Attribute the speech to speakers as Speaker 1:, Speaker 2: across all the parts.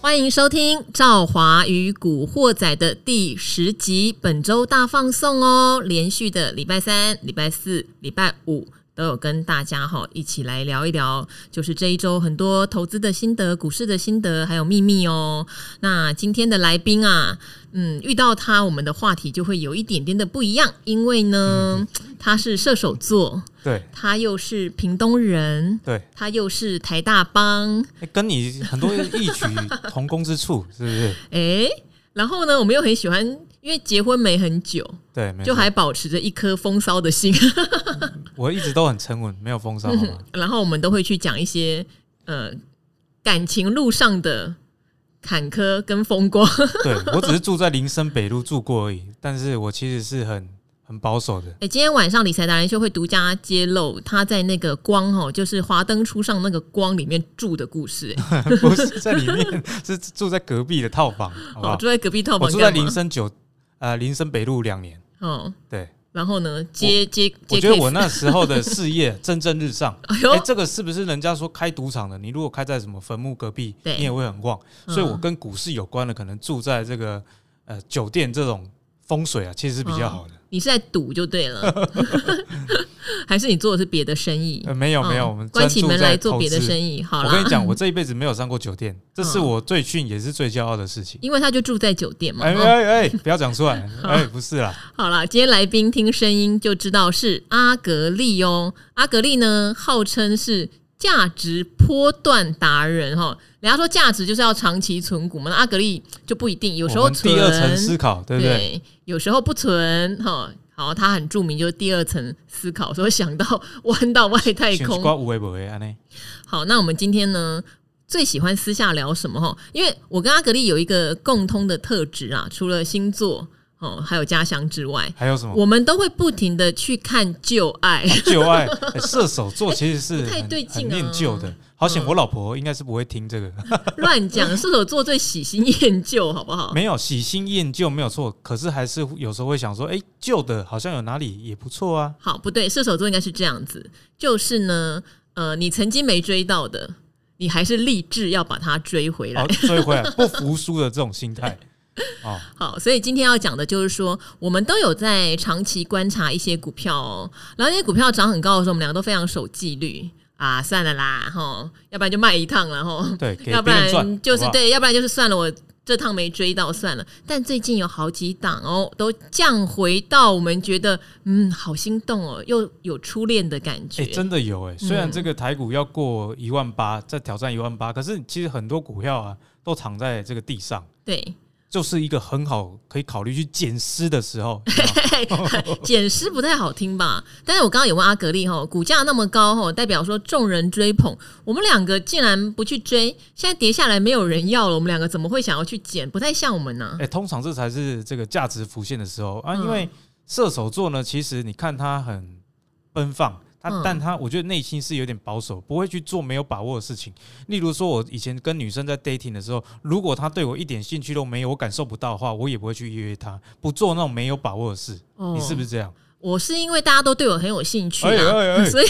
Speaker 1: 欢迎收听《赵华与古惑仔》的第十集，本周大放送哦！连续的礼拜三、礼拜四、礼拜五都有跟大家哈一起来聊一聊，就是这一周很多投资的心得、股市的心得，还有秘密哦。那今天的来宾啊，嗯，遇到他，我们的话题就会有一点点的不一样，因为呢，他是射手座，
Speaker 2: 对
Speaker 1: 他又是屏东人，
Speaker 2: 对，
Speaker 1: 他又是台大帮，
Speaker 2: 诶跟你很多异曲同工之处， 是不是？
Speaker 1: 诶，哎然后呢，我们又很喜欢，因为结婚没很久，
Speaker 2: 对，没
Speaker 1: 就
Speaker 2: 错
Speaker 1: 还保持着一颗风骚的心，
Speaker 2: 我一直都很沉稳，没有风骚，好吗？
Speaker 1: 然后我们都会去讲一些呃感情路上的坎坷跟风光。
Speaker 2: 对我只是住在林森北路住过而已，但是我其实是很很保 守的。
Speaker 1: 哎诶，今天晚上理财达人秀会独家揭露他在那个光哦，就是华灯初上那个光里面住的故事。哎 诶
Speaker 2: 不是在里面，是住在隔壁的套房，好不
Speaker 1: 哦，
Speaker 2: 好？
Speaker 1: 住在隔壁套
Speaker 2: 我
Speaker 1: 房
Speaker 2: 住在
Speaker 1: 干
Speaker 2: 林
Speaker 1: 嘛？
Speaker 2: 森九，呃，林森北路两年。
Speaker 1: 哦，
Speaker 2: 对，
Speaker 1: 然后呢，接接接
Speaker 2: 我
Speaker 1: case，
Speaker 2: 觉得我那时候的事业 蒸蒸日上。
Speaker 1: 哎
Speaker 2: 哎、
Speaker 1: 呦，
Speaker 2: 这个是不是人家说开赌场的？你如果开在什么坟墓隔壁，
Speaker 1: 对
Speaker 2: 你也会很旺。
Speaker 1: 嗯
Speaker 2: 所以我跟股市有关的，可能住在这个呃酒店这种风水啊，其实是比较好的。
Speaker 1: 你是在赌就对了， 还是你做的是别的生意？
Speaker 2: 呃，没有没有，
Speaker 1: 嗯
Speaker 2: 我们
Speaker 1: 关起门来做别的生
Speaker 2: 意。
Speaker 1: 意，好
Speaker 2: 我跟
Speaker 1: 啦嗯
Speaker 2: 你。讲，我这一辈子没有上过酒店，这是我最逊也是最骄傲的事情。
Speaker 1: 因为他就住在酒店嘛。
Speaker 2: 哎
Speaker 1: 哦
Speaker 2: 哎哎，不要讲出来！ 哎，不是啦，
Speaker 1: 好啦，今天来宾听声音就知道是阿格力哦。阿格力呢，号称是价值波段达人哈、哦。人家说价值就是要长期存股嘛，那阿格力就不一定，有时候
Speaker 2: 我们
Speaker 1: 存，
Speaker 2: 第二层思考，对不对？
Speaker 1: 有时候不存哈。哦好，他很著名，就是第二层思考，所以想到弯到外太
Speaker 2: 想
Speaker 1: 空
Speaker 2: 一。挂无为不为安内，
Speaker 1: 好，那我们今天呢，最喜欢私下聊什么？哈，因为我跟阿格力有一个共通的特质啊，除了星座哦，还有家乡之外，
Speaker 2: 还有什么
Speaker 1: 我们都会不停的去看旧爱。
Speaker 2: 旧爱？哎射手座其实是
Speaker 1: 不太
Speaker 2: 很
Speaker 1: 对劲
Speaker 2: 很
Speaker 1: 啊
Speaker 2: 念旧的。好险，
Speaker 1: 嗯
Speaker 2: 我老婆应该是不会听这个。
Speaker 1: 乱讲，射手座最喜新厌旧，好不好？
Speaker 2: 没有喜新厌旧没有错，可是还是有时候会想说，哎，旧的好像有哪里也不错啊。
Speaker 1: 好，不对，射手座应该是这样子，就是呢，呃，你曾经没追到的，你还是立志要把它追回来
Speaker 2: 好，。追哦回来不服输的这种心 态。哦，
Speaker 1: 好，所以今天要讲的就是说，我们都有在长期观察一些股票哦，然后那些股票涨很高的时候，我们两个都非常守纪律啊，算了啦，吼，要不然就卖一趟了吼，
Speaker 2: 对，给
Speaker 1: 要不
Speaker 2: 别人
Speaker 1: 然
Speaker 2: 赚
Speaker 1: 就
Speaker 2: 好
Speaker 1: 是
Speaker 2: 不好
Speaker 1: 对，要不然就是算了，我这趟没追到算了。但最近有好几档哦，都降回到我们觉得嗯，好心动哦，又有初恋的感觉。
Speaker 2: 哎、真的有哎、
Speaker 1: 嗯
Speaker 2: 虽然这个台股要过一万八，再挑战一万八，可是其实很多股票啊都躺在这个地上，
Speaker 1: 对，
Speaker 2: 就是一个很好可以考虑去捡尸的时候。有没有
Speaker 1: 捡尸不太好听吧？但是我刚刚也问阿格力哈，股价那么高哈，代表说众人追捧，我们两个竟然不去追，现在跌下来没有人要了，我们两个怎么会想要去捡？不太像我们啊呢、
Speaker 2: 哎、通常这才是这个价值浮现的时候啊，
Speaker 1: 嗯
Speaker 2: 因为射手座呢，其实你看他很奔放。他
Speaker 1: 嗯，
Speaker 2: 但他我觉得内心是有点保守，不会去做没有把握的事情。例如说，我以前跟女生在 dating 的时候，如果她对我一点兴趣都没有，我感受不到的话，我也不会去约她，不做那种没有把握的事。
Speaker 1: 哦
Speaker 2: 你是不是这样？
Speaker 1: 我是因为大家都对我很有兴趣、啊，
Speaker 2: 哎哎 哎
Speaker 1: 所以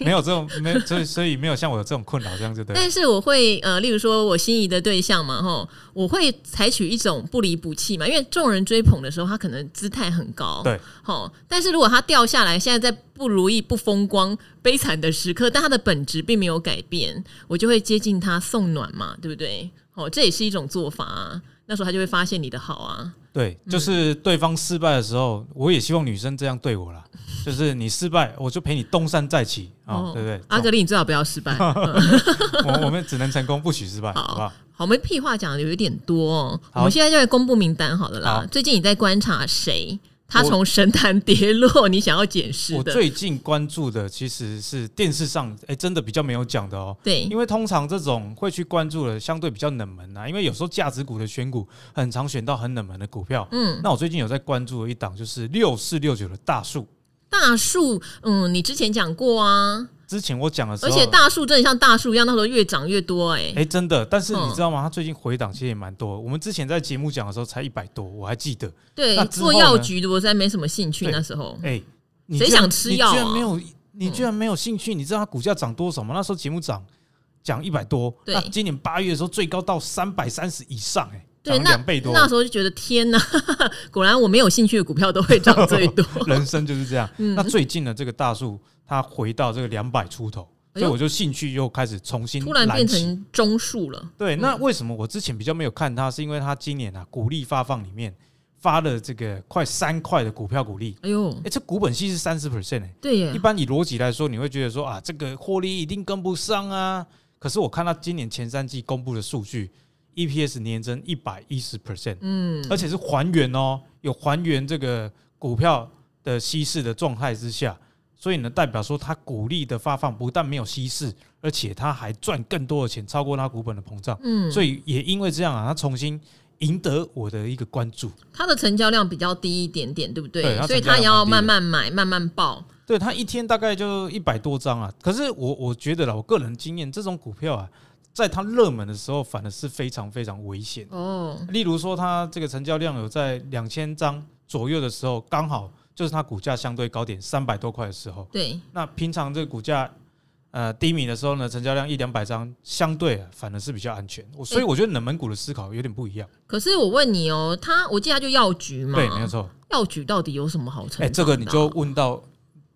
Speaker 2: 没有这种，没有，所以所以没有像我有这种困扰，这样就对了。
Speaker 1: 但是我会呃，例如说我心仪的对象嘛，吼，我会采取一种不离不弃嘛，因为众人追捧的时候，他可能姿态很高，
Speaker 2: 对，
Speaker 1: 吼。但是如果他掉下来，现在在不如意、不风光、悲惨的时刻，但他的本质并没有改变，我就会接近他送暖嘛，对不对？哦，这也是一种做法啊。那时候他就会发现你的好啊，
Speaker 2: 对，就是对方失败的时候，我也希望女生这样 对我啦。就是你失败，我就陪你东山再起啊、
Speaker 1: 哦
Speaker 2: 对不对？
Speaker 1: 阿格力，你最好不要失败。
Speaker 2: 这种我我 们只能成功，不许失败，
Speaker 1: 好
Speaker 2: 好不好？
Speaker 1: 好，我们屁话讲的有一点多、哦，
Speaker 2: 好
Speaker 1: 我们现在就来公布名单好了啦
Speaker 2: 好。
Speaker 1: 最近你在观察谁？他
Speaker 2: 我
Speaker 1: 从神坛跌落，你想要捡尸
Speaker 2: 我
Speaker 1: 的？
Speaker 2: 最近关注的其实是电视上，哎、真的比较没有讲的哦。
Speaker 1: 对
Speaker 2: 因为通常这种会去关注的，相对比较冷门啊。因为有时候价值股的选股，很常选到很冷门的股票。
Speaker 1: 嗯，
Speaker 2: 那我最近有在关注的一档，就是六四六九的大树。
Speaker 1: 大树，嗯，你之前讲过啊，
Speaker 2: 之前我讲的时
Speaker 1: 而
Speaker 2: 候，
Speaker 1: 且大树真的像大树一样，那时候越长越多、
Speaker 2: 哎、
Speaker 1: 哎、
Speaker 2: 真的，但是
Speaker 1: 嗯
Speaker 2: 你知道吗？它最近回档其实也蛮多。我们之前在节目讲的时候才一百多，我还记得。那
Speaker 1: 对，
Speaker 2: 之后
Speaker 1: 做
Speaker 2: 呢
Speaker 1: 药局的我实在没什么兴趣，
Speaker 2: 对
Speaker 1: 那时候，
Speaker 2: 哎、你
Speaker 1: 嗯谁
Speaker 2: 居然
Speaker 1: 想吃药啊嗯
Speaker 2: 你居然没有，你居然没有兴趣？你知道它股价涨多少吗？那时候节目涨讲一百多，
Speaker 1: 对
Speaker 2: 那今年八月的时候最高到三百三十以上、哎，
Speaker 1: 对，
Speaker 2: 涨
Speaker 1: 那
Speaker 2: 两倍多，
Speaker 1: 那时候就觉得天哪， 果然我没有兴趣的股票都会涨最多。 嗯
Speaker 2: 人生就是这样。那最近的这个大树，它回到这个两百出头，
Speaker 1: 哎
Speaker 2: 所以
Speaker 1: 呦
Speaker 2: 我就兴趣又开始重新
Speaker 1: 突然变
Speaker 2: 燃起
Speaker 1: 成中数了，
Speaker 2: 对，那为什么我之前比较没有看它？是因为它今年啊，股利发放里面发了这个快三块的股票股利，
Speaker 1: 哎呦
Speaker 2: 哎、，这股本息是三十 percent 哎。
Speaker 1: 对耶
Speaker 2: 一，般以逻辑来说，你会觉得说啊，这个获利一定跟不上啊。可是我看到今年前三季公布的数据，EPS 年增一百一十 percent，
Speaker 1: 嗯，
Speaker 2: 而且是还原哦，有还原这个股票的稀释的状态之下，所以呢，代表说它股利的发放不但没有稀释，而且它还赚更多的钱，超过它股本的膨胀。
Speaker 1: 嗯，
Speaker 2: 所以也因为这样啊，它重新赢得我的一个关注。
Speaker 1: 它的成交量比较低一点点，对不对？
Speaker 2: 对它
Speaker 1: 所以
Speaker 2: 成交
Speaker 1: 它
Speaker 2: 量
Speaker 1: 要
Speaker 2: 蛮低的
Speaker 1: 慢慢买，慢慢报。
Speaker 2: 对，它一天大概就一百多张啊。可是我我觉得啦，我个人经验，这种股票啊，在它热门的时候，反而是非常非常危险。
Speaker 1: 哦，
Speaker 2: 例如说，它这个成交量有在两千张左右的时候，刚好就是它股价相对高点三百多块的时候。
Speaker 1: 对，
Speaker 2: 那平常这个股价呃低迷的时候呢，成交量一两百张，相对啊反而是比较安全。我所以我觉得冷门股的思考有点不一样。
Speaker 1: 可是我问你哦，它我记得它就药局嘛，
Speaker 2: 对，没有错。
Speaker 1: 药局到底有什么好成长的
Speaker 2: 哎、
Speaker 1: 啊？
Speaker 2: 这个你就问到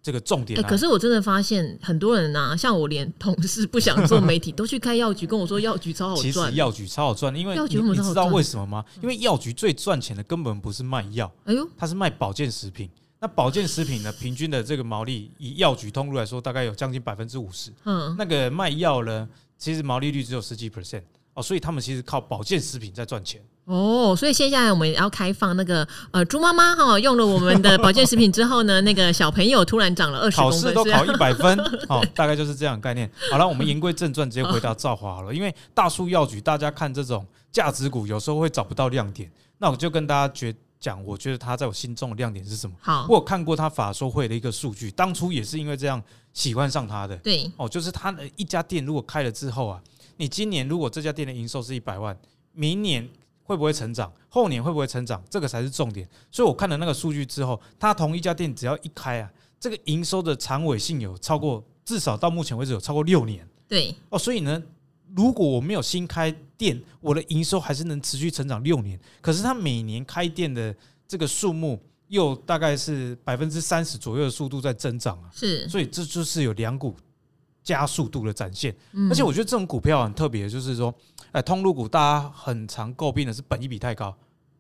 Speaker 2: 这个重点啊
Speaker 1: 哎、
Speaker 2: 了、
Speaker 1: 可是我真的发现很多人啊，像我连同事不想做媒体，都去开药局，跟我说药局超好
Speaker 2: 其实
Speaker 1: 赚。
Speaker 2: 药局超好赚，因为
Speaker 1: 药局
Speaker 2: 你
Speaker 1: 为
Speaker 2: 你
Speaker 1: 什么超
Speaker 2: 知道
Speaker 1: 好赚嗯
Speaker 2: 为什么吗？因为药局最赚钱的根本不是卖药，
Speaker 1: 哎呦，
Speaker 2: 它是卖保健食品。那保健食品呢，平均的这个毛利，以药局通路来说，大概有将近百分之五十。
Speaker 1: 嗯，
Speaker 2: 那个卖药呢，其实毛利率只有十几 percent 哦，所以他们其实靠保健食品在赚钱。
Speaker 1: 哦，所以接下来我们也要开放那个呃，猪妈妈哈，用了我们的保健食品之后呢，那个小朋友突然长了二十
Speaker 2: 考
Speaker 1: 公
Speaker 2: 试
Speaker 1: 分，
Speaker 2: 都
Speaker 1: 是啊
Speaker 2: 考一 百分，哦，大概就是这样的概念。好了，我们言归正传，直接回
Speaker 1: 啊
Speaker 2: 到造华好了。因为大树药局，大家看这种价值股，有时候会找不到亮点。那我就跟大家觉讲，我觉得它在我心中的亮点是什么？
Speaker 1: 好，
Speaker 2: 我有看过他法说会的一个数据，当初也是因为这样喜欢上他的。
Speaker 1: 对，
Speaker 2: 哦，就是他的一家店如果开了之后啊，你今年如果这家店的营收是一百万，明年会不会成长，后年会不会成长，这个才是重点。所以我看了那个数据之后，他同一家店只要一开啊，这个营收的长尾性有超过，至少到目前为止有超过六年
Speaker 1: 对，
Speaker 2: 哦。所以呢，如果我没有新开店，我的营收还是能持续成长六年。可是他每年开店的这个数目又大概是百分之三十左右的速度在增长啊。
Speaker 1: 是，
Speaker 2: 所以这就是有两股加速度的展现。
Speaker 1: 嗯
Speaker 2: 而且我觉得这种股票很特别，就是说，哎，通路股大家很常诟病的是本益比太高，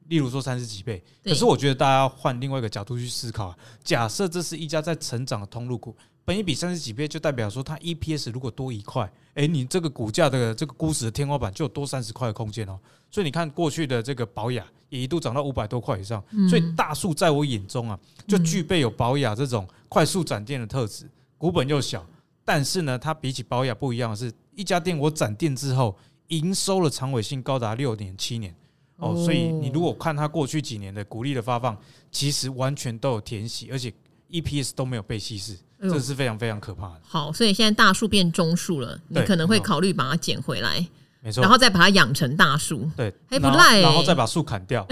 Speaker 2: 例如说三十几倍。
Speaker 1: 对
Speaker 2: 可是我觉得大家要换另外一个角度去思考、啊，假设这是一家在成长的通路股，本益比三十几倍，就代表说它 EPS 如果多一块，哎，你这个股价的这个估值的天花板就有多三十块的空间哦。所以你看过去的这个宝雅也一度涨到五百多块以上，所以大树在我眼中啊，就具备有宝雅这种快速展店的特质，股本又小。但是呢，它比起保雅不一样的是，一家店我展店之后，营收的长尾性高达六年、七年哦，
Speaker 1: 哦
Speaker 2: 所以你如果看它过去几年的股利的发放，其实完全都有填息，而且 EPS 都没有被稀释，
Speaker 1: 哎呦
Speaker 2: 这是非常非常可怕的。
Speaker 1: 好，所以现在大树变中树了，你
Speaker 2: 对嗯
Speaker 1: 可能会
Speaker 2: 没错
Speaker 1: 考虑把它捡回来，
Speaker 2: 没错
Speaker 1: 然，后再把它养成大树，
Speaker 2: 对，
Speaker 1: 还不
Speaker 2: 然后
Speaker 1: 赖欸
Speaker 2: 然后再把树砍 掉，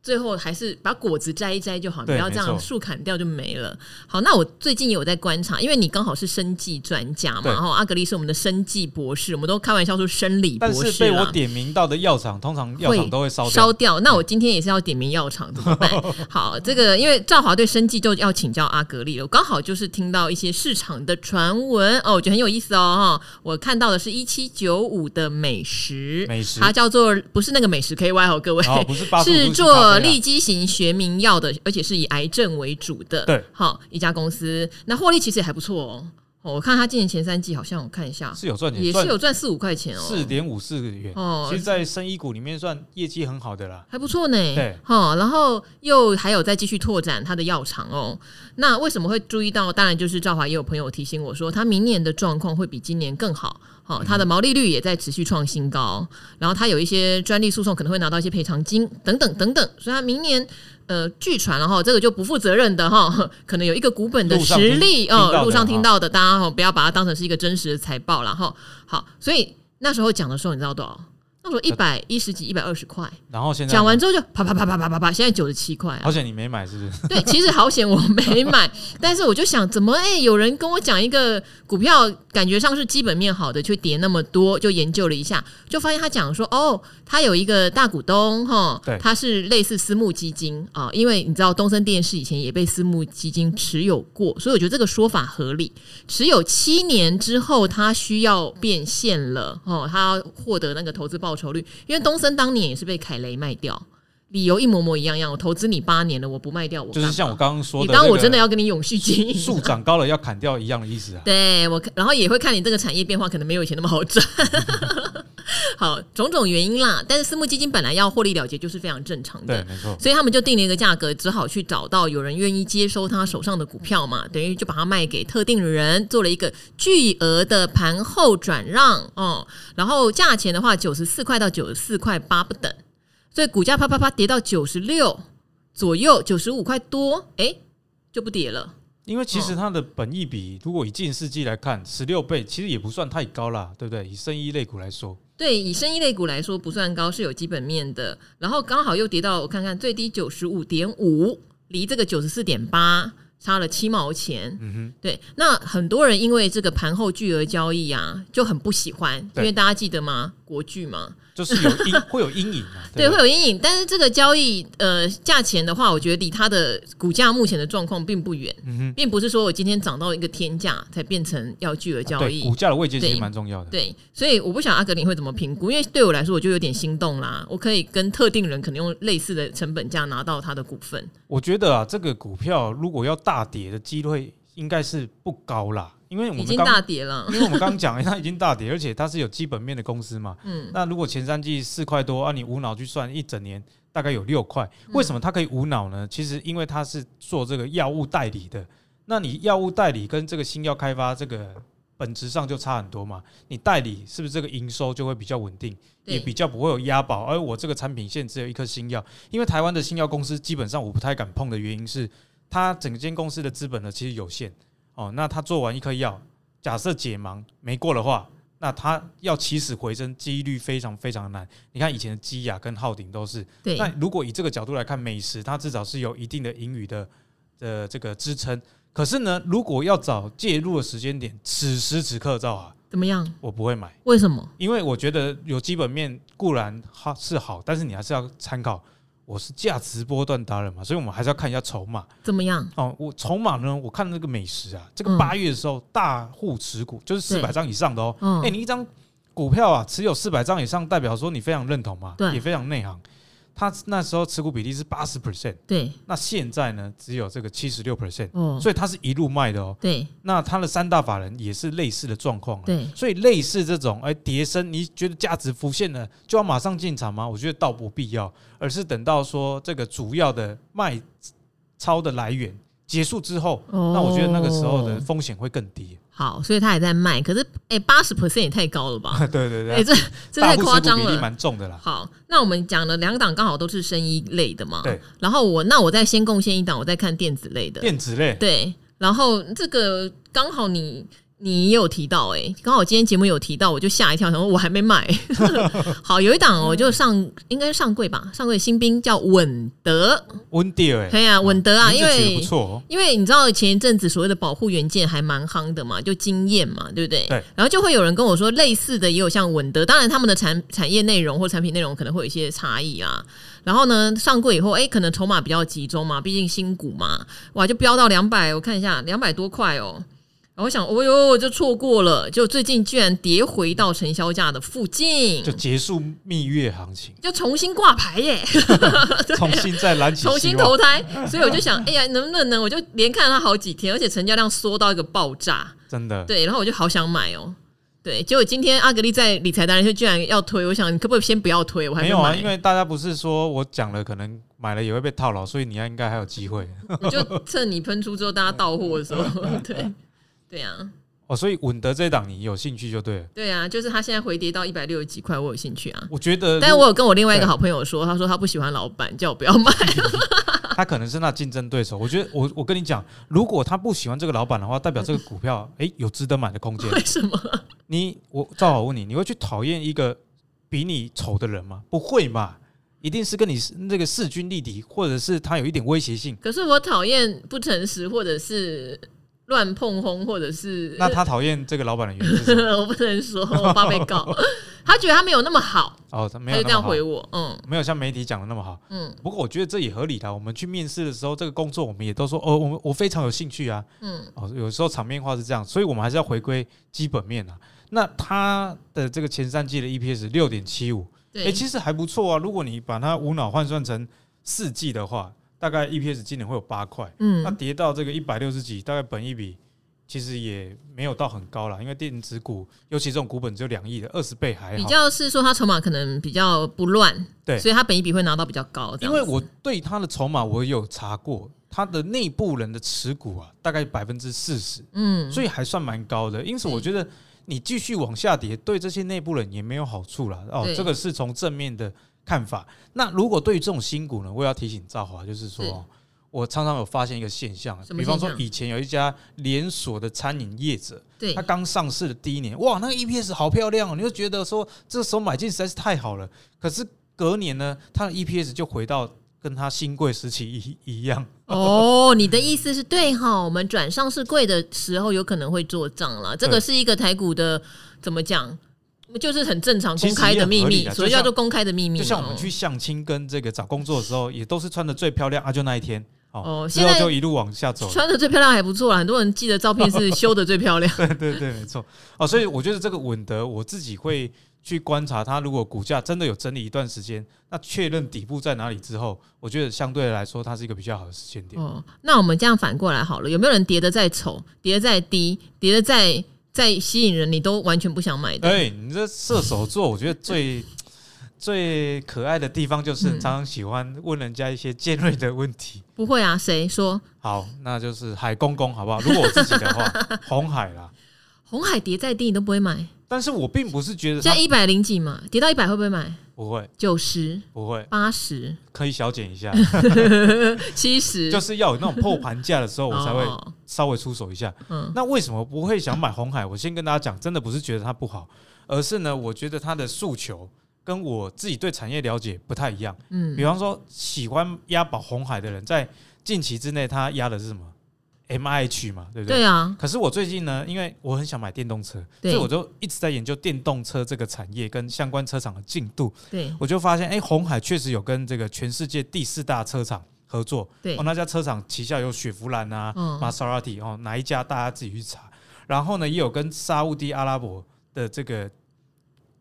Speaker 1: 最后还是把果子摘一摘就好，不
Speaker 2: 对
Speaker 1: 要这
Speaker 2: 没
Speaker 1: 样
Speaker 2: 错
Speaker 1: 树砍掉就没了。好，那我最近也有在观察，因为你刚好是生计专家嘛，
Speaker 2: 对
Speaker 1: 然后阿格丽是我们的生计博士，我们都开玩笑说生理博
Speaker 2: 但
Speaker 1: 士
Speaker 2: 是被我
Speaker 1: 啦
Speaker 2: 点名到的药厂，通常药厂都会烧
Speaker 1: 烧掉。
Speaker 2: 掉。
Speaker 1: 那我今天也是要点名药厂，怎么 办？好，这个因为赵华对生计就要请教阿格力了。我刚好就是听到一些市场的传闻哦，我觉得很有意思哦哈。我看到的是一七九五的美食，
Speaker 2: 美食
Speaker 1: 它叫做不是那个美食 KY 哦，各位。
Speaker 2: 哦，不是八十五
Speaker 1: 是
Speaker 2: 度
Speaker 1: 做
Speaker 2: 啊利
Speaker 1: 立基型学名药的，而且是以癌症为主的。
Speaker 2: 对，
Speaker 1: 好一家公司，那获利其实也还不错哦。哦我看它今年前三季好像我看一下，
Speaker 2: 是有赚钱，
Speaker 1: 也
Speaker 2: 赚
Speaker 1: 是有赚四五块钱哦，
Speaker 2: 四点五四元
Speaker 1: 哦，
Speaker 2: 其实，在生医股里面算业绩很好的啦。
Speaker 1: 还不错呢。
Speaker 2: 啊对
Speaker 1: 哈，然后又还有再继续拓展它的药厂哦。那为什么会注意到？当然就是赵华也有朋友提醒我说，他明年的状况会比今年更好。
Speaker 2: 嗯
Speaker 1: 好，它的毛利率也在持续创新高，然后它有一些专利诉讼可能会拿到一些赔偿金等等等等，所以它明年呃，据传然后这个就不负责任的哈， 可能有一个股本的
Speaker 2: 路上
Speaker 1: 实力
Speaker 2: 听听到
Speaker 1: 哦，
Speaker 2: 的
Speaker 1: 路上听
Speaker 2: 哈
Speaker 1: 到的，大哦家哈不要把它当成是一个真实的财报了哈。好，所以那时候讲的时候，你知道多少？那时候
Speaker 2: 呃
Speaker 1: 一百一十几、一百二十块，
Speaker 2: 然后现在
Speaker 1: 讲完之后就啪啪啪啪啪啪啪，现在九十七块啊
Speaker 2: 好。险你没买，是不是？
Speaker 1: 对，其实好险我没买，但是我就想，怎么哎、有人跟我讲一个股票，感觉上是基本面好的，却跌那么多，就研究了一下，就发现他讲说，哦，他有一个大股东哈
Speaker 2: 对，
Speaker 1: 他是类似私募基金啊、因为你知道东森电视以前也被私募基金持有过，所以我觉得这个说法合理。持有七年之后，他需要变现了哦，他要获得那个投资报酬率，因为东森当年也是被凯雷卖掉。理由一模模一样样，我投资你八年了，我不卖掉，我
Speaker 2: 就是
Speaker 1: 干
Speaker 2: 像
Speaker 1: 嘛
Speaker 2: 我刚刚说
Speaker 1: 你
Speaker 2: 的，
Speaker 1: 当我真的要跟你永续经营？
Speaker 2: 树长高了要砍掉一样的意思啊。
Speaker 1: 对我看，然后也会看你这个产业变化，可能没有以前那么好 赚。好，种种原因啦，但是私募基金本来要获利了结就是非常正常
Speaker 2: 对，
Speaker 1: 的。
Speaker 2: 没错，
Speaker 1: 所以他们就定了一个价格，只好去找到有人愿意接收他手上的股票嘛，等于就把它卖给特定的人，做了一个巨额的盘后转让哦。然后价钱的话，九十四块到九十四块八不等，所以股价啪啪啪跌到九十六左右，九十五块多，哎，就不跌了。
Speaker 2: 因为
Speaker 1: 嗯
Speaker 2: 其实它的本益比，如果以近世纪来看，十六倍其实也不算太高啦，对不对？以生意类股来说，
Speaker 1: 对，以生意类股来说不算高，是有基本面的。然后刚好又跌到我看看最低九十五点五，离这个九十四点八差了七毛钱。
Speaker 2: 嗯哼，
Speaker 1: 对，那很多人因为这个盘后巨额交易啊，就很不喜欢，因
Speaker 2: 对
Speaker 1: 为大家记得吗？国巨嘛，
Speaker 2: 就是有 阴会有阴影啊。
Speaker 1: 对，
Speaker 2: 不
Speaker 1: 会有阴影。但是这个交易呃价钱的话，我觉得离它的股价目前的状况并不远，
Speaker 2: 嗯
Speaker 1: 并不是说我今天涨到一个天价才变成要巨额
Speaker 2: 哼，
Speaker 1: 交易。
Speaker 2: 啊对，股价的位阶其
Speaker 1: 对
Speaker 2: 实蛮重要的。
Speaker 1: 对，所以我不想阿格林会怎么评估，因为对我来说我就有点心动啦。我可以跟特定人可能用类似的成本价拿到他的股份。
Speaker 2: 我觉得啊，这个股票如果要大跌的机会应该是不高啦，因为我
Speaker 1: 已
Speaker 2: 们
Speaker 1: 经
Speaker 2: 刚
Speaker 1: 大跌了，
Speaker 2: 因为我们刚刚讲哎了，它已经大跌，而且它是有基本面的公司嘛。
Speaker 1: 嗯
Speaker 2: 那如果前三季四块多，按、啊你无脑去算，一整年大概有六块。为什么它可以无脑呢？其实因为它是做这个药物代理的，那你药物代理跟这个新药开发这个本质上就差很多嘛。你代理是不是这个营收就会比较稳定，也
Speaker 1: 对
Speaker 2: 比较不会有押宝？而我这个产品线只有一颗新药，因为台湾的新药公司基本上我不太敢碰的原因是，它整间公司的资本呢其实有限哦。那它做完一颗药，假设解盲没过的话，那它要起死回生几率非常非常难。你看以前的基亚跟浩鼎都是。
Speaker 1: 对
Speaker 2: 那如果以这个角度来看，美食它至少是有一定的盈余的呃这个支撑。可是呢，如果要找介入的时间点，此时此刻照啊，
Speaker 1: 怎么样？
Speaker 2: 我不会买，
Speaker 1: 为什么？
Speaker 2: 因为我觉得有基本面固然好是好，但是你还是要参考。我是价值波段达人嘛，所以我们还是要看一下筹码。
Speaker 1: 怎么样？
Speaker 2: 哦，我筹码呢？我看那个美食啊，这
Speaker 1: 嗯
Speaker 2: 个八月的时候大户持股就是四百
Speaker 1: 对
Speaker 2: 张以上的哦。
Speaker 1: 嗯
Speaker 2: 哎、你一张股票啊，持有四百张以上，代表说你非常认同嘛
Speaker 1: 对，
Speaker 2: 也非常内行。他那时候持股比例是八十 percent，
Speaker 1: 对，
Speaker 2: 那现在呢只有这个七十六 percent，
Speaker 1: 哦，
Speaker 2: 所以他是一路卖的哦。
Speaker 1: 对
Speaker 2: 那他的三大法人也是类似的状况、啊，
Speaker 1: 对，
Speaker 2: 所以类似这种哎跌升，你觉得价值浮现了就要马上进场吗？我觉得倒不必要，而是等到说这个主要的卖超的来源结束之后，
Speaker 1: 哦
Speaker 2: 那我觉得那个时候的风险会更低。
Speaker 1: 好，所以他还在卖，可是哎，八十 percent 也太高了吧？
Speaker 2: 对 对啊
Speaker 1: 哎，，这这
Speaker 2: 大
Speaker 1: 太
Speaker 2: 户
Speaker 1: 夸
Speaker 2: 持股
Speaker 1: 张
Speaker 2: 比例
Speaker 1: 了。
Speaker 2: 蛮重的啦。
Speaker 1: 好，那我们讲了两档刚好都是生意类的嘛，
Speaker 2: 对。
Speaker 1: 然后我那我再先贡献一档，我再看电子类的。
Speaker 2: 电子类，
Speaker 1: 对，然后这个刚好你你也有提到、欸，刚好今天节目有提到，我就吓一跳，想说我还没买。好，有一档我就上，应该是上柜吧，上柜新兵叫稳德，
Speaker 2: 温迪尔，
Speaker 1: 可以啊，稳德啊，
Speaker 2: 名
Speaker 1: 因
Speaker 2: 字取得
Speaker 1: 为
Speaker 2: 不错哦。
Speaker 1: 因为你知道前一阵子所谓的保护元件还蛮夯的嘛，就经验嘛，对不对？
Speaker 2: 对。
Speaker 1: 然后就会有人跟我说，类似的也有像稳德，当然他们的产产业内容或产品内容可能会有一些差异啊。然后呢，上柜以后，哎，可能筹码比较集中嘛，毕竟新股嘛，哇，就飙到两百，我看一下，两百多块哦。然后我想，哦哟，我就错过了，就最近居然跌回到成交价的附近，
Speaker 2: 就结束蜜月 行情，
Speaker 1: 就重新挂牌耶。
Speaker 2: 重新再燃 起希望
Speaker 1: 啊重新投胎，所以我就想，哎呀，能不能呢？我就连看了它好几天，而且成交量缩到一个爆炸，
Speaker 2: 真的，
Speaker 1: 对，然后我就好想买哦，对，结果今天阿格力在理财达人秀居然要推，我想你可不可以先不要推，我还
Speaker 2: 没有
Speaker 1: 买，
Speaker 2: 啊，因为大家不是说我讲了，可能买了也会被套牢，所以你应该还有机会。
Speaker 1: 我 就趁你喷出之后大家到货的时候，
Speaker 2: 啊
Speaker 1: 对，对啊，
Speaker 2: 哦，所以稳德这一档你有兴趣就对了。
Speaker 1: 对啊，就是它现在回跌到一百六十几块，我有兴趣啊。
Speaker 2: 我觉得，
Speaker 1: 但我有跟我另外一个好朋友说，他说他不喜欢老板，叫我不要买。
Speaker 2: 他可能是那竞争对手。我觉得，我我跟你讲，如果他不喜欢这个老板的话，代表这个股票诶有值得买的空间。
Speaker 1: 为什么？
Speaker 2: 你我正好问你，你会去讨厌一个比你丑的人吗？不会嘛，一定是跟你那个势均力敌，或者是他有一点威胁性。
Speaker 1: 可是我讨厌不诚实，或者是乱碰轰，或者是
Speaker 2: 那他讨厌这个老板的原因是什么？
Speaker 1: 我不能说，我怕被 告。他觉得他没有那么好，
Speaker 2: 哦，他没
Speaker 1: 他
Speaker 2: 有
Speaker 1: 就
Speaker 2: 那
Speaker 1: 这
Speaker 2: 么
Speaker 1: 样
Speaker 2: 好
Speaker 1: 回我。嗯
Speaker 2: 没有像媒体讲的那么好。
Speaker 1: 嗯
Speaker 2: 不过我觉得这也合理啦。我们去面试的时候，这个工作我们也都说，哦，我们我非常有兴趣啊。
Speaker 1: 嗯，
Speaker 2: 哦，有时候场面化是这样，所以我们还是要回归基本面啊。那它的这个前三季的 EPS 六点七五，
Speaker 1: 对，
Speaker 2: 哎，其实还不错啊。如果你把它无脑换算成四季的话，大概 EPS 今年会有八块，那
Speaker 1: 嗯
Speaker 2: 跌到这个一百六十几，大概本一比其实也没有到很高啦，因为电子股，尤其这种股本只有两亿的，二十倍还
Speaker 1: 比
Speaker 2: 好。
Speaker 1: 较是说他筹码可能比较不乱，
Speaker 2: 对
Speaker 1: 所以他本一笔会拿到比较高。这样
Speaker 2: 因为我对它的筹码我有查过，它的内部人的持股啊，大概百分之四十，
Speaker 1: 嗯，
Speaker 2: 所以还算蛮高的。因此，
Speaker 1: 对
Speaker 2: 我觉得你继续往下跌，对这些内部人也没有好处啦。哦
Speaker 1: 对，
Speaker 2: 这个是从正面的看法。那如果对于这种新股呢，我也要提醒赵华，就是说
Speaker 1: 是
Speaker 2: 哦。我常常有发现一个现象，啊
Speaker 1: 什么
Speaker 2: 比方
Speaker 1: 现
Speaker 2: 说
Speaker 1: 象
Speaker 2: 以前有一家连锁的餐饮业者，
Speaker 1: 对
Speaker 2: 它刚上市的第一年，哇，那个 EPS 好漂亮哦，你就觉得说这时候买进实在是太好了。可是隔年呢，它的 EPS 就回到跟它新贵时期一一样。
Speaker 1: 哦，你的意思是对哈？我们转上市柜的时候有可能会做账了，这个
Speaker 2: 对
Speaker 1: 是一个台股的怎么讲？就是很正常
Speaker 2: 其
Speaker 1: 公
Speaker 2: 实
Speaker 1: 开
Speaker 2: 也
Speaker 1: 的
Speaker 2: 很
Speaker 1: 秘
Speaker 2: 合理
Speaker 1: 密，
Speaker 2: 啦
Speaker 1: 所以
Speaker 2: 就像
Speaker 1: 叫做公开的秘密嘛。哦
Speaker 2: 就像我们去相亲跟这个找工作的时候，也都是穿的最漂亮啊，就那一天哦，
Speaker 1: 哦
Speaker 2: 之后
Speaker 1: 现在
Speaker 2: 就一路往下走
Speaker 1: 哦
Speaker 2: 了。
Speaker 1: 穿的最漂亮还不错啦，很多人寄的照片是修的最漂亮。
Speaker 2: 对对对，没错哦，所以我觉得这个稳德，我自己会去观察它，如果股价真的有整理一段时间，那确认底部在哪里之后，我觉得相对来说它是一个比较好的时间点。
Speaker 1: 哦，那我们这样反过来好了，有没有人叠的再丑，叠的再低，叠的再再吸引人，你都完全不想买的？
Speaker 2: 哎、你这射手座，我觉得最最可爱的地方就是常常喜欢问人家一些尖锐的问题。
Speaker 1: 不会啊，谁说
Speaker 2: 好，那就是海公公好不好？如果我自己的话，红海啦。
Speaker 1: 红海叠再低你都不会买？
Speaker 2: 但是我并不是觉得
Speaker 1: 现
Speaker 2: 它
Speaker 1: 在一百零几嘛，跌到一百会不会买？
Speaker 2: 不会，
Speaker 1: 九十、
Speaker 2: 不会，
Speaker 1: 八十、
Speaker 2: 可以小减一下，
Speaker 1: 七十，
Speaker 2: 就是要有那种破盘价的时候，我才会
Speaker 1: 哦
Speaker 2: 稍微出手一下。
Speaker 1: 嗯
Speaker 2: 那为什么不会想买红海？我先跟大家讲，真的不是觉得它不好，而是呢，我觉得它的诉求跟我自己对产业了解不太一样。比
Speaker 1: 嗯，
Speaker 2: 方说，喜欢押宝红海的人，在近期之内，他押的是什么？MIH 嘛，对不对？
Speaker 1: 对啊，
Speaker 2: 可是我最近呢，因为我很想买电动车，所
Speaker 1: 对
Speaker 2: 以我就一直在研究电动车这个产业跟相关车厂的进度。
Speaker 1: 对
Speaker 2: 我就发现，哎、红海确实有跟这个全世界第四大车厂合作。
Speaker 1: 对
Speaker 2: 哦，那家车厂旗下有雪佛兰啊、
Speaker 1: 嗯
Speaker 2: 玛莎拉蒂哦，哪一家大家自己去查。然后呢，也有跟沙乌地阿拉伯的这个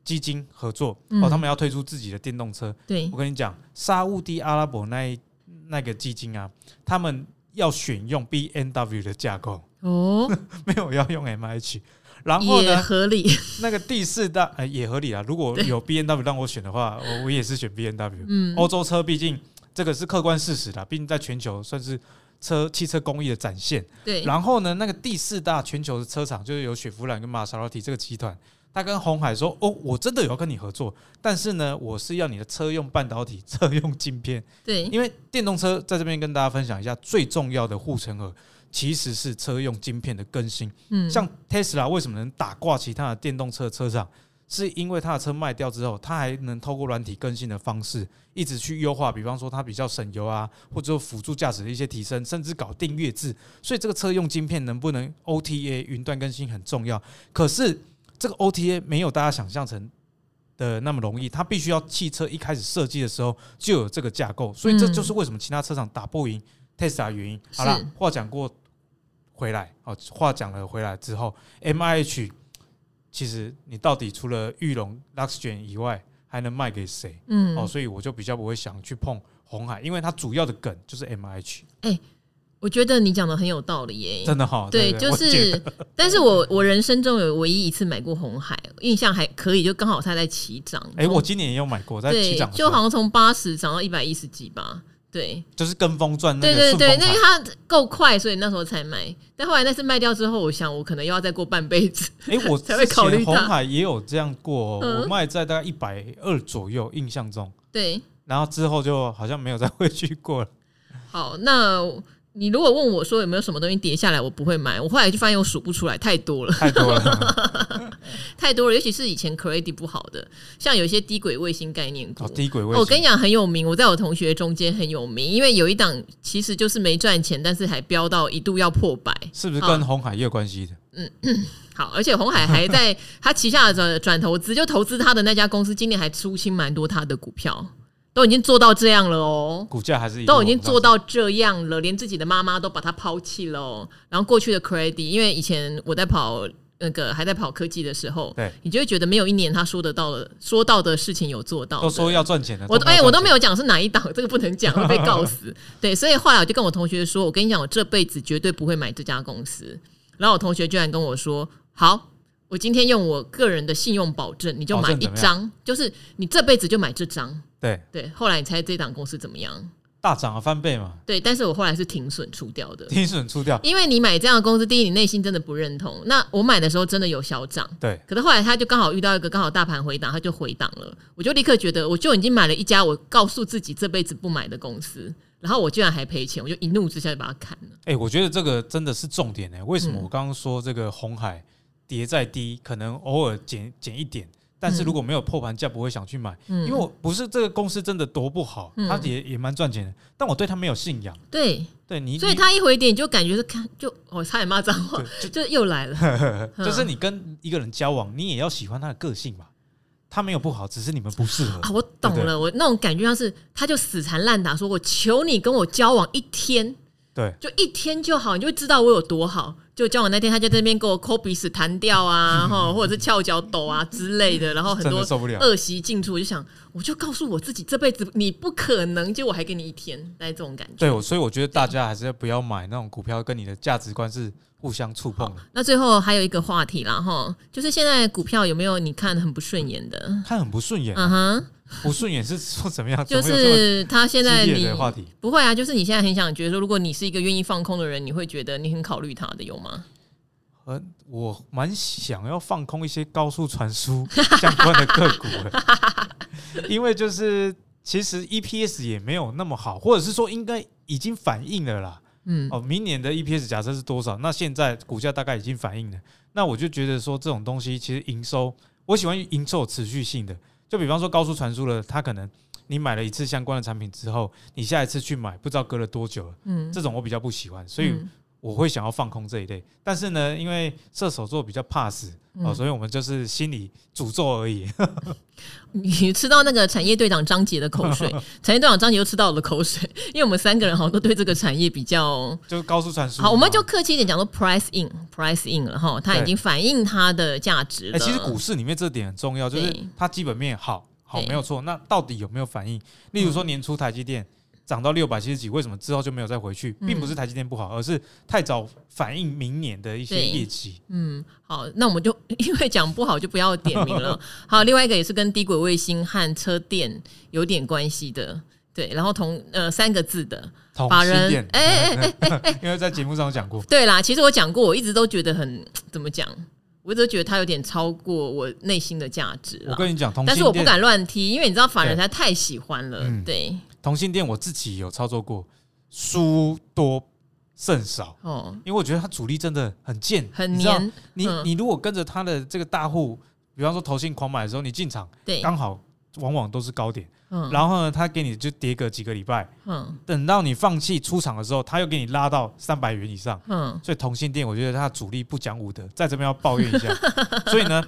Speaker 2: 基金合作、
Speaker 1: 嗯
Speaker 2: 哦，他们要推出自己的电动车。
Speaker 1: 对
Speaker 2: 我，跟你讲，沙乌地阿拉伯那一那个基金啊，他们要选用 B N W 的架构，
Speaker 1: 哦，
Speaker 2: 没有要用 M H。然后
Speaker 1: 也
Speaker 2: 呢，
Speaker 1: 合理，
Speaker 2: 那个第四大、呃、也合理啊。如果有 B N W 让我选的话，我我也是选 B N W。
Speaker 1: 嗯，
Speaker 2: 欧洲车毕竟这个是客观事实啦，毕竟在全球算是车汽车工艺的展现。
Speaker 1: 对，
Speaker 2: 然后呢，那个第四大全球的车厂就是有雪佛兰跟玛莎拉蒂这个集团，他跟红海说：“哦，我真的有要跟你合作，但是呢，我是要你的车用半导体、车用晶片，
Speaker 1: 对，
Speaker 2: 因为电动车在这边跟大家分享一下，最重要的护城河其实是车用晶片的更新。
Speaker 1: 嗯，
Speaker 2: 像 Tesla 为什么能打挂其他的电动车车厂，是因为它的车卖掉之后，它还能透过软体更新的方式，一直去优化，比方说它比较省油啊，或者说辅助驾驶的一些提升，甚至搞订阅制。所以这个车用晶片能不能 OTA 云端更新很重要。可是这个 OTA 没有大家想象成。的那么容易，它必须要汽车一开始设计的时候就有这个架构，所以这
Speaker 1: 嗯
Speaker 2: 就是为什么其他车厂打不赢 Tesla 的原因。好
Speaker 1: 是
Speaker 2: 啦，话讲过回来，哦，话讲了回来之后，M I H 其实你到底除了玉龙 Luxgen 以外，还能卖给谁？
Speaker 1: 嗯，
Speaker 2: 哦，所以我就比较不会想去碰红海，因为它主要的梗就是 M I H，
Speaker 1: 我觉得你讲的很有道理耶，
Speaker 2: 真的哈、
Speaker 1: 对，
Speaker 2: 不
Speaker 1: 就
Speaker 2: 我觉
Speaker 1: 是，但是我我人生中有唯一一次买过红海，印象还可以，就刚好它在起涨。
Speaker 2: 哎、我今年也有买过，在
Speaker 1: 对
Speaker 2: 七涨，的时
Speaker 1: 就
Speaker 2: 候，
Speaker 1: 好像从八十涨到一百一十几吧。对，
Speaker 2: 就是跟风赚那
Speaker 1: 对
Speaker 2: 个
Speaker 1: 对
Speaker 2: 顺
Speaker 1: 对，
Speaker 2: 风
Speaker 1: 那因为
Speaker 2: 财。
Speaker 1: 它够快，所以那时候才买。但后来那次卖掉之后，我想我可能又要再过半辈子。
Speaker 2: 哎、我
Speaker 1: 才会
Speaker 2: 之
Speaker 1: 考虑
Speaker 2: 前
Speaker 1: 它
Speaker 2: 红海也有这样过、哦，
Speaker 1: 嗯
Speaker 2: 我卖在大概一百二左右，印象中，
Speaker 1: 对，
Speaker 2: 然后之后就好像没有再回去过了。
Speaker 1: 好，那你如果问我说有没有什么东西跌下来我不会买，我后来就发现我数不出来，太多了，
Speaker 2: 太多了。
Speaker 1: 太多了，尤其是以前 credit 不好的，像有一些低轨卫星概念股
Speaker 2: 哦，，低轨卫
Speaker 1: 哦我跟
Speaker 2: 星，
Speaker 1: 你讲很有名，我在我同学中间很有名，因为有一档其实就是没赚钱，但是还飙到一度要破百。
Speaker 2: 是不是
Speaker 1: 啊
Speaker 2: 跟红海也有关系的？
Speaker 1: 好，而且红海还在 他旗下的转投资，就投资他的那家公司，今年还出清蛮多他的股票，都已经做到这样了哦。
Speaker 2: 股价还是一路
Speaker 1: 都已经
Speaker 2: 往上
Speaker 1: 做到这样了，连自己的妈妈都把他抛弃了哦、然后过去的 credit，因为以前我在跑那个还在跑科技的时候，
Speaker 2: 对
Speaker 1: 你就会觉得没有一年他说得到的说到的事情有做到的，
Speaker 2: 都说要赚钱的，
Speaker 1: 我哎、
Speaker 2: 有
Speaker 1: 我都
Speaker 2: 赚
Speaker 1: 没有讲是哪一档，这个不能讲，会被告死。对，所以后来我就跟我同学说，我跟你讲，我这辈子绝对不会买这家公司。然后我同学居然跟我说，好，我今天用我个人的信用保证，你就
Speaker 2: 保
Speaker 1: 买
Speaker 2: 证
Speaker 1: 一
Speaker 2: 怎么样
Speaker 1: 张，就是你这辈子就买这张。
Speaker 2: 对
Speaker 1: 对，后来你猜这档公司怎么样？
Speaker 2: 大涨了翻倍嘛，
Speaker 1: 对，但是我后来是停损出掉的，
Speaker 2: 停损出掉，
Speaker 1: 因为你买这样的公司，第一你内心真的不认同。那我买的时候真的有小涨，
Speaker 2: 对，
Speaker 1: 可是后来他就刚好遇到一个刚好大盘回档，他就回档了。我就立刻觉得，我就已经买了一家我告诉自己这辈子不买的公司，然后我居然还赔钱，我就一怒之下就把它砍了。
Speaker 2: 哎、我觉得这个真的是重点呢、欸
Speaker 1: 嗯
Speaker 2: 为什么我刚刚说这个红海跌再低，可能偶尔减减一点，但
Speaker 1: 嗯
Speaker 2: 是如果没有破盘价，不会想去买，因为我不是这个公司真的多不好，
Speaker 1: 嗯
Speaker 2: 它也也蛮赚钱的，但我对它没有信仰。
Speaker 1: 对，
Speaker 2: 对你，
Speaker 1: 所以
Speaker 2: 你
Speaker 1: 他一回跌，你就感觉是看就我、差点骂脏话，就又来 了。
Speaker 2: 就是你跟一个人交往，你也要喜欢他的个性嘛。他没有不好，只是你们不适合
Speaker 1: 啊，。我懂
Speaker 2: 对不对
Speaker 1: 了，我那种感觉像是他就死缠烂打，说我求你跟我交往一天，
Speaker 2: 对，
Speaker 1: 就一天就好，你就会知道我有多好。就交往那天，他就在那边给我抠鼻屎、弹掉 啊，哈，或者是翘脚抖啊之类的，然后很
Speaker 2: 真
Speaker 1: 多
Speaker 2: 的受不了。
Speaker 1: 恶习进出，我就想，我就告诉我自己，这辈子你不可能，结果还给你一天，来这种感觉。
Speaker 2: 对，我所以我觉得大家还是不要买那种股票，跟你的价值观是互相触碰的。
Speaker 1: 那最后还有一个话题啦，哈，就是现在股票有没有你看很不顺眼的？
Speaker 2: 看很不顺眼，
Speaker 1: 嗯哼，
Speaker 2: 不顺眼是说怎么样？
Speaker 1: 就
Speaker 2: 怎啊么有这么
Speaker 1: 是他现在
Speaker 2: 激
Speaker 1: 你
Speaker 2: 烈的话题
Speaker 1: 不会啊，就是你现在很想觉得说，如果你是一个愿意放空的人，你会觉得你很考虑他的，有吗？
Speaker 2: 呃，我蛮想要放空一些高速传输 相关的个股 的，因为就是其实 EPS 也没有那么好，或者是说应该已经反映了啦。
Speaker 1: 嗯，
Speaker 2: 哦，明年的 EPS 假设是多少？那现在股价大概已经反映了。那我就觉得说这种东西其实营收，我喜欢营收有持续性的。就比方说高速传输了，它可能你买了一次相关的产品之后，你下一次去买，不知道隔了多久了。
Speaker 1: 嗯，
Speaker 2: 这种我比较不喜欢，所以
Speaker 1: 嗯
Speaker 2: 我会想要放空这一类。但是呢，因为射手座比较怕死、哦，
Speaker 1: 嗯
Speaker 2: 所以我们就是心理诅咒而已。
Speaker 1: 你吃到那个产业队长张杰的口 水，产业队长张杰又吃到我的口水，因为我们三个人好像都对这个产业比较
Speaker 2: 就高速传输嘛。
Speaker 1: 好，我们就客气一点讲说 price in price in 了哈，它已
Speaker 2: 对
Speaker 1: 经反映它的价值
Speaker 2: 哎、
Speaker 1: 了。
Speaker 2: 其实股市里面这点很重要，就是
Speaker 1: 对
Speaker 2: 它基本面好，好
Speaker 1: 对
Speaker 2: 没有错。那到底有没有反应？例如说年初台积电涨到六百七十几，为什么之后就没有再回去？
Speaker 1: 嗯
Speaker 2: 并不是台积电不好，而是太早反映明年的一些
Speaker 1: 对
Speaker 2: 业绩。
Speaker 1: 嗯，好，那我们就 因为讲不好就不要点名 了。好，另外一个也是跟低轨卫星和车电有点关系的，对，然后同呃三个字的
Speaker 2: 同
Speaker 1: 法
Speaker 2: 心
Speaker 1: 人
Speaker 2: 店，
Speaker 1: 哎哎哎，
Speaker 2: 因为在节目上有讲过，
Speaker 1: 对啦，其实我讲过，我一直都觉得很怎么讲，我一直都觉得它有点超过我内心的价值
Speaker 2: 我
Speaker 1: 了。
Speaker 2: 跟你讲，同
Speaker 1: 但是
Speaker 2: 心
Speaker 1: 我不
Speaker 2: 店，
Speaker 1: 敢乱踢，因为你知道法人
Speaker 2: 对
Speaker 1: 他太喜欢了，
Speaker 2: 嗯
Speaker 1: 对，
Speaker 2: 同心店我自己有操作过，输多胜少。
Speaker 1: 哦，
Speaker 2: 因为我觉得它主力真的很贱，
Speaker 1: 很
Speaker 2: 你知道
Speaker 1: 黏，
Speaker 2: 你
Speaker 1: 嗯
Speaker 2: 你如果跟着它的这个大户，比方说投信狂买的时候，你进场
Speaker 1: 对，
Speaker 2: 刚好往往都是高点，
Speaker 1: 嗯
Speaker 2: 然后呢，它给你就跌个几个礼拜，
Speaker 1: 嗯
Speaker 2: 等到你放弃出场的时候，它又给你拉到三百元以上。
Speaker 1: 嗯，
Speaker 2: 所以同性店，我觉得它的主力不讲武德，在这边要抱怨 一下。所以呢，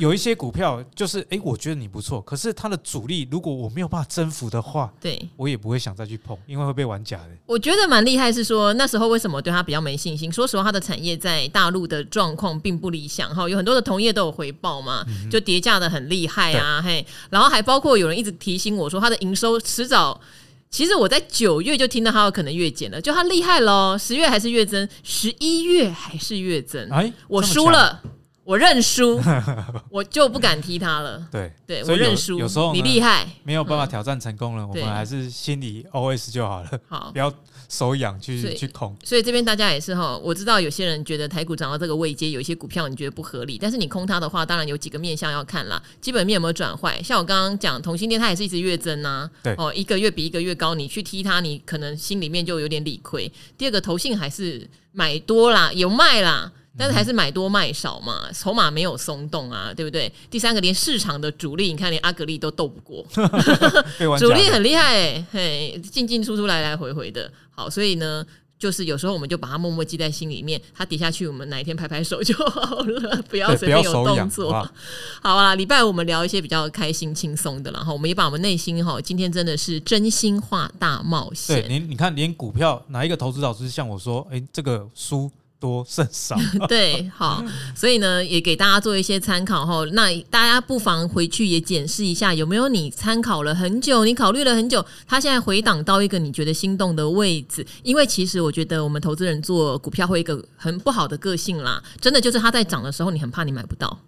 Speaker 2: 有一些股票就是，诶，我觉得你不错，可是它的主力如果我没有办法征服的话，
Speaker 1: 对。
Speaker 2: 我也不会想再去碰，因为会被玩假的。
Speaker 1: 我觉得蛮厉害，是说那时候为什么对他比较没信心？说实话，他的产业在大陆的状况并不理想哈，有很多的同业都有回报嘛，
Speaker 2: 嗯
Speaker 1: 就跌价的很厉害啊，嘿，然后还包括有人一直提醒我说，他的营收迟早。其实我在九月就听到他有可能月减了，就他厉害喽，十月还是月增，十一月还是月增，
Speaker 2: 哎，
Speaker 1: 嗯我
Speaker 2: 这么
Speaker 1: 输
Speaker 2: 强。
Speaker 1: 了，我认 输，我就不敢踢他了。
Speaker 2: 对
Speaker 1: 对
Speaker 2: 所
Speaker 1: 我
Speaker 2: 以有
Speaker 1: 认输，
Speaker 2: 有时候
Speaker 1: 你
Speaker 2: 呢
Speaker 1: 厉害，嗯
Speaker 2: 没有办法挑战成功了，我
Speaker 1: 对
Speaker 2: 们还是心里 OS 就好了，
Speaker 1: 好
Speaker 2: 不要手痒
Speaker 1: 所
Speaker 2: 去
Speaker 1: 以
Speaker 2: 去空。
Speaker 1: 所以这边大家也是哈，我知道有些人觉得台股涨到这个位阶，有一些股票你觉得不合理，但是你空它的话，当然有几个面向要看啦，基本面有没有转坏？像我刚刚讲，同性恋它也是一直越增啊，
Speaker 2: 对
Speaker 1: 哦，一个月比一个月高，你去踢它，你可能心里面就有点理亏。第二个，投信还是买多啦，有卖啦。但是还是买多卖少嘛，筹码没有松动啊，对不对？第三个，连市场的主力，你看连阿格力都斗不过，
Speaker 2: 被玩家
Speaker 1: 主力很厉害、欸，嘿，进进出出来来回回的。好，所以呢，就是有时候我们就把它默默记在心里面，它跌下去，我们哪一天拍拍手就好了，不要
Speaker 2: 对
Speaker 1: 随
Speaker 2: 不要
Speaker 1: 便有
Speaker 2: 手痒
Speaker 1: 动作。
Speaker 2: 啊，
Speaker 1: 好啦，礼拜五我们聊一些比较开心轻松的啦，然后我们也把我们内心哈，今天真的是真心话大冒
Speaker 2: 对
Speaker 1: 险，
Speaker 2: 你你看，连股票哪一个投资老师像我说，哎、这个输多胜 少，
Speaker 1: 对，好，所以呢，也给大家做一些参考哈。那大家不妨回去也检视一下，有没有你参考了很久，你考虑了很久，它现在回档到一个你觉得心动的位置。因为其实我觉得我们投资人做股票会有一个很不好的个性啦，真的就是它在涨的时候，你很怕你买不到。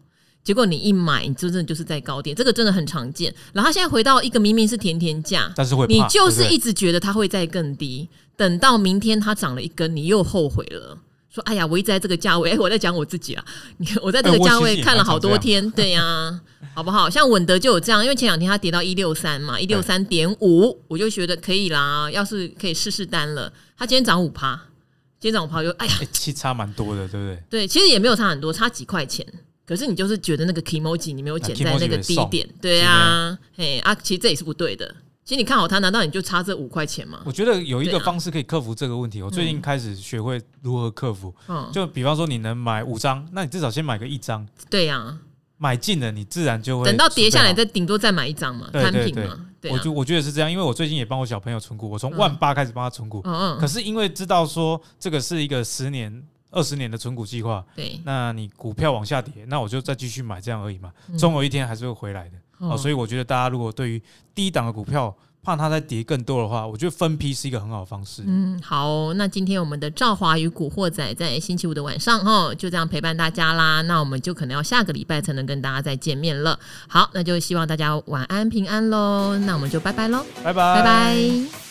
Speaker 1: 结果你一买，你真正就是在高点，这个真的很常见。然后它现在回到一个明明是甜甜价，
Speaker 2: 但是会怕，
Speaker 1: 你就是
Speaker 2: 对不对
Speaker 1: 一直觉得它会再更低，等到明天它涨了一根，你又后悔了。说哎呀，我一直在这个价位，哎，我在讲我自己啊， 你看我在这
Speaker 2: 哎
Speaker 1: 个
Speaker 2: 我
Speaker 1: 价
Speaker 2: 其实
Speaker 1: 位
Speaker 2: 也
Speaker 1: 看了
Speaker 2: 蛮常
Speaker 1: 好
Speaker 2: 这
Speaker 1: 多
Speaker 2: 样
Speaker 1: 天，对呀、 好不好？像稳德就有这样，因为前两天它跌到一六三嘛，一六三点五，我就觉得可以啦，要是可以试试单了。它今天涨五趴，今天涨五趴，我就哎呀，
Speaker 2: 哎、其实差蛮多的，对不对？
Speaker 1: 对，其实也没有差很多，差几块钱。可是你就是觉得那个 emoji 你没
Speaker 2: 啊
Speaker 1: 有减在那个低点，对啊，嘿啊，其实这也是不对的。其实你看好它，难道你就差这五块钱吗？
Speaker 2: 我觉得有一
Speaker 1: 对
Speaker 2: 个
Speaker 1: 啊
Speaker 2: 方式可以克服这个问题，我最近开始学会如何克服。
Speaker 1: 嗯，
Speaker 2: 就比方说，你能买五张，那你至少先买个一张，
Speaker 1: 对呀，
Speaker 2: 买进了，你自然就会
Speaker 1: 等到跌下来
Speaker 2: 储备
Speaker 1: 再顶多再买一张嘛，
Speaker 2: 对
Speaker 1: 摊
Speaker 2: 对
Speaker 1: 平嘛，对
Speaker 2: 好。我
Speaker 1: 啊，
Speaker 2: 就我觉得是这样，因为我最近也帮我小朋友存股，我从
Speaker 1: 嗯
Speaker 2: 万八开始帮他存股，
Speaker 1: 嗯
Speaker 2: 可
Speaker 1: 嗯，
Speaker 2: 是因为知道说这个是一个十年、二十年的存股计划，
Speaker 1: 对，
Speaker 2: 那你股票往下跌，那我就再继续买这样而已嘛，
Speaker 1: 嗯
Speaker 2: 终有一天还是会回来的。哦，所
Speaker 1: 以
Speaker 2: 以我觉得大家如果对于低档的股票怕它再跌更多的话，我觉得分批是一个很好的方式。
Speaker 1: 嗯，好，那今天我们的赵华与古惑仔在星期五的晚上哦，就这样陪伴大家啦。那我们就可能要下个礼拜才能跟大家再见面了。好，那就希望大家晚安平安喽。那我们就拜拜喽，
Speaker 2: 拜
Speaker 1: 拜
Speaker 2: 拜，
Speaker 1: 拜